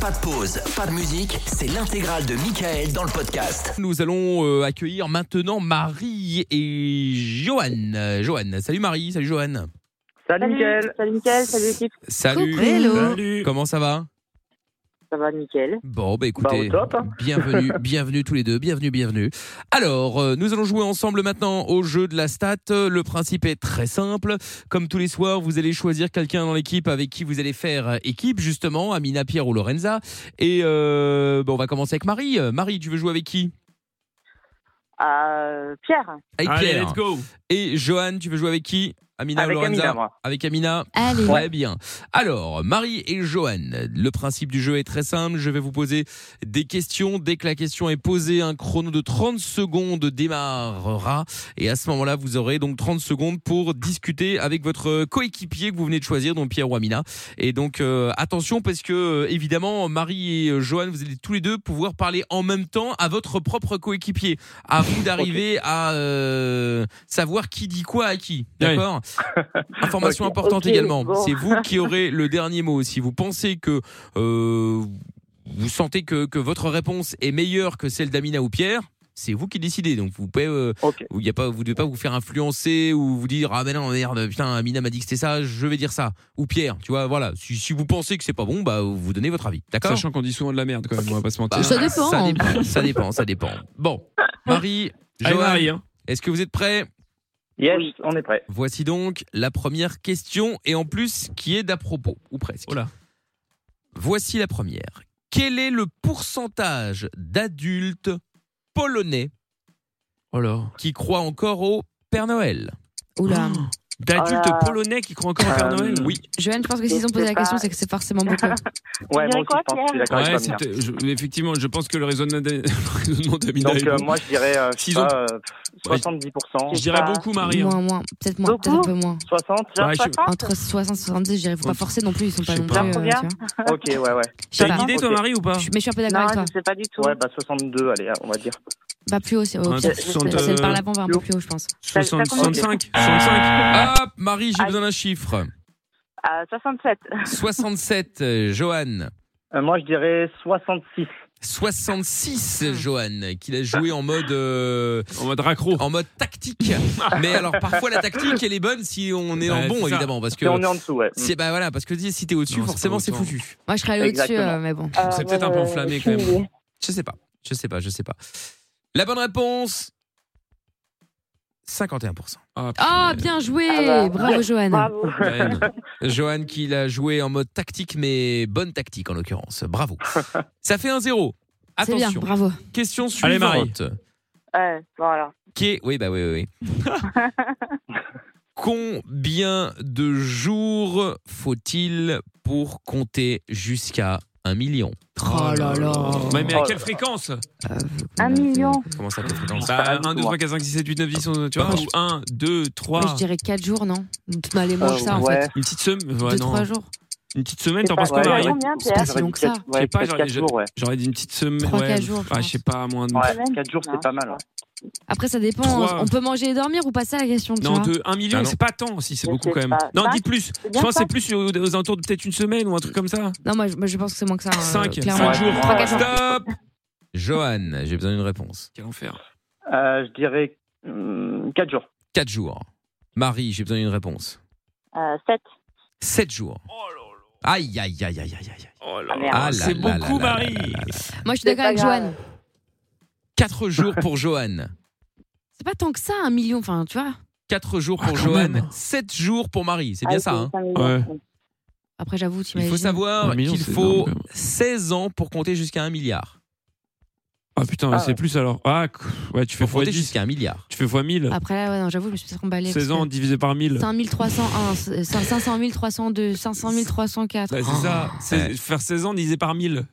Pas de pause, pas de musique, c'est l'intégrale de Michael dans le podcast. Nous allons euh, accueillir maintenant Marie et Johan. Euh, Johan, salut Marie, salut Johan. Salut, Mickaël. Salut Mickaël, salut l'équipe. Salut. Comment ça va Ça va nickel. Bon, bah écoutez, Bah, au top. bienvenue, bienvenue tous les deux, bienvenue, bienvenue. Alors, euh, nous allons jouer ensemble maintenant au jeu de la stat. Euh, Le principe est très simple. Comme tous les soirs, vous allez choisir quelqu'un dans l'équipe avec qui vous allez faire euh, équipe, justement, Amina, Pierre ou Lorenza. Et euh, bah, on va commencer avec Marie. Euh, Marie, tu veux jouer avec qui Euh, Pierre, Avec Allez, Pierre. let's go. Et Johan, tu veux jouer avec qui Amina Avec ou Lorenza Amina, moi. Avec Amina Allez, Très bien. Alors, Marie et Johan, le principe du jeu est très simple. Je vais vous poser des questions. Dès que la question est posée, un chrono de 30 secondes démarrera. Et à ce moment-là, vous aurez donc 30 secondes pour discuter avec votre coéquipier que vous venez de choisir, donc Pierre ou Amina. Et donc, euh, attention, parce que, euh, évidemment, Marie et euh, Johan, vous allez tous les deux pouvoir parler en même temps à votre propre coéquipier. À vous d'arriver à euh, savoir qui dit quoi à qui. D'accord Information Ok. importante Ok, également. bon. C'est vous qui aurez le dernier mot. Si vous pensez que euh, vous sentez que, que votre réponse est meilleure que celle d'Amina ou Pierre, c'est vous qui décidez. Donc vous pouvez, euh, Ok. vous- y a pas, vous devez pas vous faire influencer ou vous dire ah mais non merde putain Amina m'a dit que c'était ça, je vais dire ça ou Pierre. Tu vois voilà. Si, si vous pensez que c'est pas bon, bah vous donnez votre avis. D'accord. Sachant qu'on dit souvent de la merde quand même, on va pas se mentir. Bah, Ça dépend. Ça dépend. ça dépend. ça dépend. Bon, Marie, Allez, Johan, Marie, hein. est-ce que vous êtes prêts Yes, on est prêt. Voici donc la première question et en plus qui est d'à propos ou presque. Oh là. Voici la première. Quel est le pourcentage d'adultes polonais Oh là. qui croient encore au Père Noël oula. D'adultes Oh là. polonais qui croient encore au Père Euh, Noël Oui. Johan, je pense que s'ils ont posé la question, c'est que c'est forcément beaucoup. Ouais, moi dirais aussi, quoi, je pense. que Je suis d'accord Ouais, avec toi, Mia. c'était- je- effectivement, je pense que le raisonnement d'A- le raisonnement d'Amina Donc, est euh, bon. moi, je dirais euh, je sais S'ils ont- pas, euh, Ouais. 70%. Je dirais pas. beaucoup, Marie. hein. Moins, moins. Peut-être moins, peut-être un Beaucoup peu moins. 60 genre Ouais, je- 60 Entre 60 et 70, je dirais, faut pas Entre- forcer non plus, ils sont je pas sais non pas. plus. euh, Combien tu vois. Ok, ouais, ouais. Je sais T'as pas. une idée, toi, Ok. Marie, ou pas Je- Mais je suis un peu d'accord Non, avec je toi. sais pas du tout. Ouais, bah 62, allez, on va dire. Pas plus haut, c'est Un au pire. pourcent- C'est- c'est euh, Par l'avant, on va un peu plus haut, je pense. Ça- ça 60, compte. 65 65 Hop, Marie, j'ai Ah. Aïe. besoin d'un chiffre. Euh, 67. 67, euh, Johan. Euh, moi, je dirais 66. 66, Ah. Johan, qu'il a joué en mode... euh, En mode raccro. en mode tactique. Mais alors parfois la tactique elle est bonne si on est en Ouais, bon Bah, c'est ça. évidemment parce que Et on est en dessous, ouais. c'est bah voilà parce que dis, si t'es au-dessus Non, c'est pas forcément c'est autant. foutu. Moi, je serais allé au-dessus, Exactement. euh, mais bon. Euh, C'est peut-être un peu moi, enflammé, je- quand même. je suis- Je sais pas, je sais pas, je sais pas. La bonne réponse 51%. Oh, punaise. bien joué Ah bah, Bravo, Johan. Bravo. Ouais. Johan qui l'a joué en mode tactique mais bonne tactique en l'occurrence. Bravo. Ça fait 1-0. C'est bien, Attention. bravo. Question Allez, Marie. suivante. Ouais, bon, alors. Qui est- Oui, bah oui, oui. oui. Combien de jours faut-il pour compter jusqu'à un million Oh là là. Ouais, mais à Oh quelle là. fréquence Un million. Comment ça, quelle fréquence Bah, 1, 2, 3, 4, 5, 6, 7, 8, 9, 10, 11, tu vois Bah, Ou 1, 2, 3. Mais je dirais 4 jours, non Allez, Euh, moins que ça, en ouais. fait. Une petite semaine. 2 Ouais, non. 3 jours. Une petite semaine, C'est t'en penses pas- quoi, ouais, Marie ouais, combien, Pierre C'est pas si long que ça. Je sais Ouais, pas, peut-être j'aurais- 4 jours, ouais. J'aurais dit une petite semaine. Trois, ouais, quatre jours, je ah, pense. je sais pas, moins de. Ouais, semaine. 4 jours, c'est Non, pas mal. ouais. Après, ça dépend. Trois. On peut manger et dormir ou pas ça la question, tu Non, vois. de 1 Ah, million, non. c'est pas tant, si c'est Je beaucoup sais quand même. pas. Non, Cinq dis plus. C'est Je bien pense que ça c'est plus aux, aux alentours de peut-être une semaine ou un truc comme ça. Non, moi, je- moi, je pense que c'est moins que ça. hein, euh, 5, 5 clairement. jours. Trois, quatre jours. Stop Johan, j'ai besoin d'une réponse. Quel enfer. Euh, je dirais 4 jours. 4 jours. Marie, j'ai besoin d'une réponse. Euh, 7. 7 jours. Aïe, aïe, aïe, aïe, aïe, aïe. Oh Ah, merde. Ah là c'est là beaucoup, là là Marie. là là là. Moi, je suis d'accord avec Johan. 4 jours pour Johan. C'est pas tant que ça, un million, enfin, tu vois. 4 jours pour Ah, quand Johan. même. 7 jours pour Marie. Ah, C'est bien ça, hein Après, j'avoue, tu Il faut savoir Un million, qu'il c'est faut énorme, quand 16 ans pour compter jusqu'à un milliard. Ah putain, Ah, c'est ouais. plus alors. Ah, cou- ouais, tu fais Pour x compter 10, jusqu'à un milliard. tu fais x 1000. Après, là, ouais, non, j'avoue, je me suis peut-être emballée. 16 parce ans que divisé par 1000. 5301, c- euh, 500 302, 500 304. Bah, c'est Oh. ça. C'est- Ouais. Faire 16 ans divisé par 1000.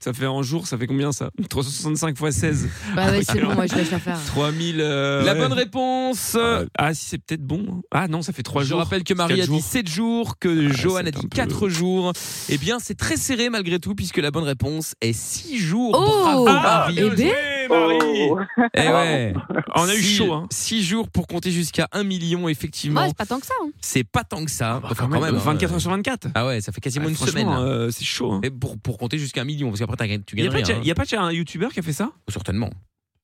Ça fait en jour, ça fait combien ça 365 x 16. Bah, ouais, c'est bon, moi, je vais la faire. 3000. La bonne réponse Euh, Ah, si c'est peut-être bon. Ah non, ça fait 3 Je jours. rappelle que C'est Marie quatre a dit jours. 7 jours, que Ouais, Johan c'est a un dit peu- 4 jours. Eh bien, c'est très serré malgré tout, puisque la bonne réponse est 6 jours. Oh Bravo, Ah, Marie. eh bien. joué, Marie Oh. Eh ouais. On a eu Six- chaud, hein. Six jours pour compter jusqu'à 1 million, effectivement. Ouais, c'est pas tant que ça. hein. c'est pas tant que ça. Bah, Enfin, quand même. hein. 24 heures sur 24. Ah ouais, ça fait quasiment Ah, une franchement, semaine. là. euh, c'est chaud. hein. Et pour, pour compter jusqu'à un million, parce qu'après t'as gagné- tu Il gagnes n'y a, rien. pas déjà- hein. il y a pas déjà un youtubeur qui a fait ça Certainement.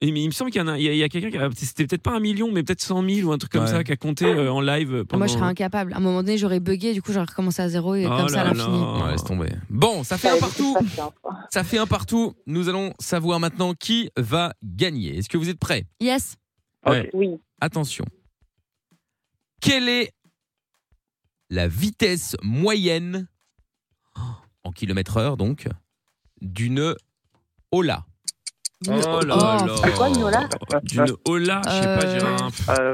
Et mais il me semble qu'il y en a, il y a- il y a quelqu'un qui a- c'était peut-être pas un million, mais peut-être 100 000 ou un truc comme Ouais. ça, qui a compté euh, en live. euh, Pendant... Moi, je serais incapable. À un moment donné, j'aurais bugué, du coup, j'aurais recommencé à zéro et Oh comme ça à là l'infini. là. Ouais, laisse tomber. Bon, ça fait un Fallait partout. beaucoup de patience, quoi. Ça fait un partout. Nous allons savoir maintenant qui va gagner. Est-ce que vous êtes prêts Yes. Ouais. Oui. Attention. Quelle est la vitesse moyenne en kilomètres heure donc d'une Ola Oh là Oh, là. c'est quoi, une Ola D'une Ola, je sais pas, Euh, j'ai un. Euh,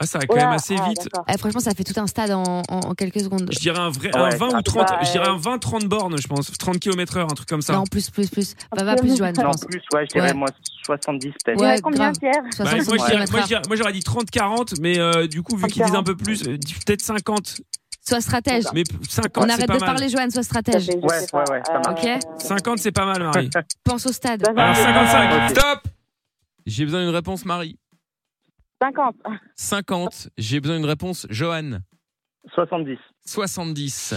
Ah, ça va quand Oh là, même assez ah, vite. d'accord. Eh, franchement, ça fait tout un stade en, en- en quelques secondes. Je dirais un vrai Ouais, un 20 ou ah, 30, bah, je dirais euh, un 20 30 bornes, je pense, 30 km/h, un truc comme ça. Non, plus, plus, plus. Bah, va plus, Joanne, je Non, pense. plus, ouais, je dirais Ouais. moi 70 peut-être. Il y en a Ouais, combien, grave. Pierre Bah, 60 moi, je dirais- km/h. moi, je dirais- moi, j'aurais dit 30 40 mais euh, du coup vu qu'ils disent un peu plus, euh, dis- peut-être 50. Sois stratège. Mais p- 50 On c'est arrête pas de mal. parler, Joanne, sois Ça stratège. fait, je Ouais, sais pas, ouais, ouais, ça marche. euh, 50 c'est pas mal Marie. Pense au stade. bah, ça Alors fait Ok. 55. Stop J'ai besoin d'une réponse Marie. 50. 50. J'ai besoin d'une réponse Johan. 70. 70.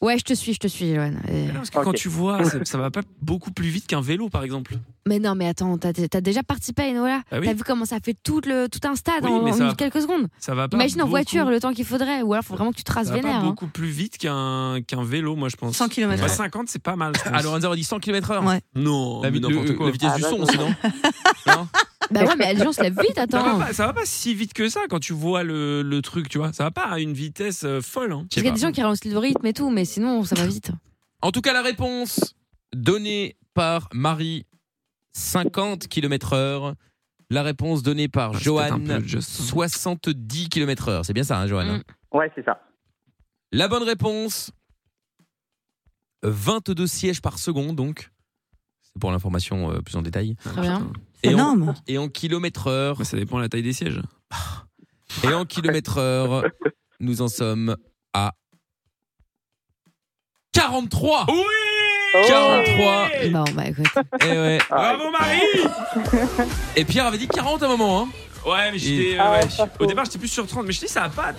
Ouais, je te suis, je te suis, Joanne. Euh, Non, parce que Quand Ok. tu vois, ça, ça va pas beaucoup plus vite qu'un vélo par exemple. Mais non, mais attends, t'as t'as déjà participé à une Ola Ah oui. T'as vu comment ça fait tout, le, tout un stade Oui, en, mais ça en va- quelques secondes Ça va pas Imagine en beaucoup- voiture le temps qu'il faudrait, ou alors faut vraiment que tu traces Ça va vénère. pas hein. beaucoup plus vite qu'un qu'un vélo moi je pense. 100 km. Bah, 50 c'est pas mal. je pense. Ah, Lorenzo a dit 100 km/h. Ouais. non, La, mais vi- n'importe le- quoi. la vitesse Ah, du bah, son, non. sinon. Non Bah ouais, mais les gens se lèvent vite, Ça va, attends. pas, ça va pas si vite que ça quand tu vois le, le truc, tu vois. Ça va pas à une vitesse euh, folle. Hein. Je sais Parce qu'il y a pas. des gens qui ralentissent le rythme et tout, mais sinon ça va vite. En tout cas, la réponse donnée par Marie, 50 km/h. La réponse donnée par Ah, C'est Johan, un peu juste. 70 km/h. C'est bien ça, hein, Johan hein Mm. Ouais, c'est ça. La bonne réponse, 22 sièges par seconde, donc. C'est pour l'information euh, plus en détail. Très Ah, bien. C'est Et en, énorme. et en kilomètre-heure, Bah, ça dépend de la taille des sièges. et en kilomètre-heure, nous en sommes à 43 Oui Oh 43 Bon, bah écoute. Eh ouais. Ah, Bravo Marie Et Pierre avait dit 40 à un moment, hein Ouais, mais j'étais. euh, Ah ouais, ouais, pas au faux. départ, j'étais plus sur 30, mais je dis, ça va pas.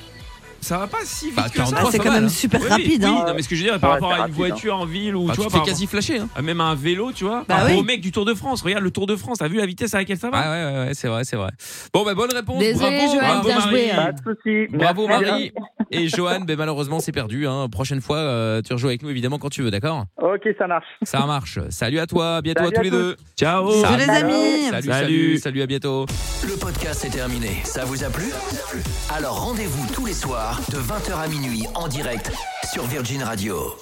Ça va pas si vite Bah, que ça. 43, c'est pas quand mal, même hein. super Ouais, mais- rapide. hein. oui, non, mais ce que je veux dire, par Ouais, rapport à c'est une rapide, hein. voiture en ville ou Ah, tu tu vois, te fais par quasi flasher, hein rapport- même un vélo, tu vois. Bah par rapport oui. Bah, au mec du Tour de France, regarde le Tour de France, t'as vu la vitesse à laquelle ça va Ah ouais, ouais, ouais, c'est vrai, c'est vrai. Bon, bah, bonne réponse. Désolé, bravo, Johan, bravo, bien Marie. joué. hein. Pas de soucis. Bravo, Merci. Marie. Et Johan, ben, malheureusement, c'est perdu. Hein. Prochaine fois, euh, tu rejoues avec nous, évidemment, quand tu veux, d'accord Ok, ça marche. Ça marche. Salut à toi, à bientôt Salut à tous à les tous. deux. Ciao Bisous, les amis. Salut, salut, Salut. salut, à bientôt. Le podcast est terminé. Ça vous a plu Alors rendez-vous tous les soirs de 20h à minuit en direct sur Virgin Radio.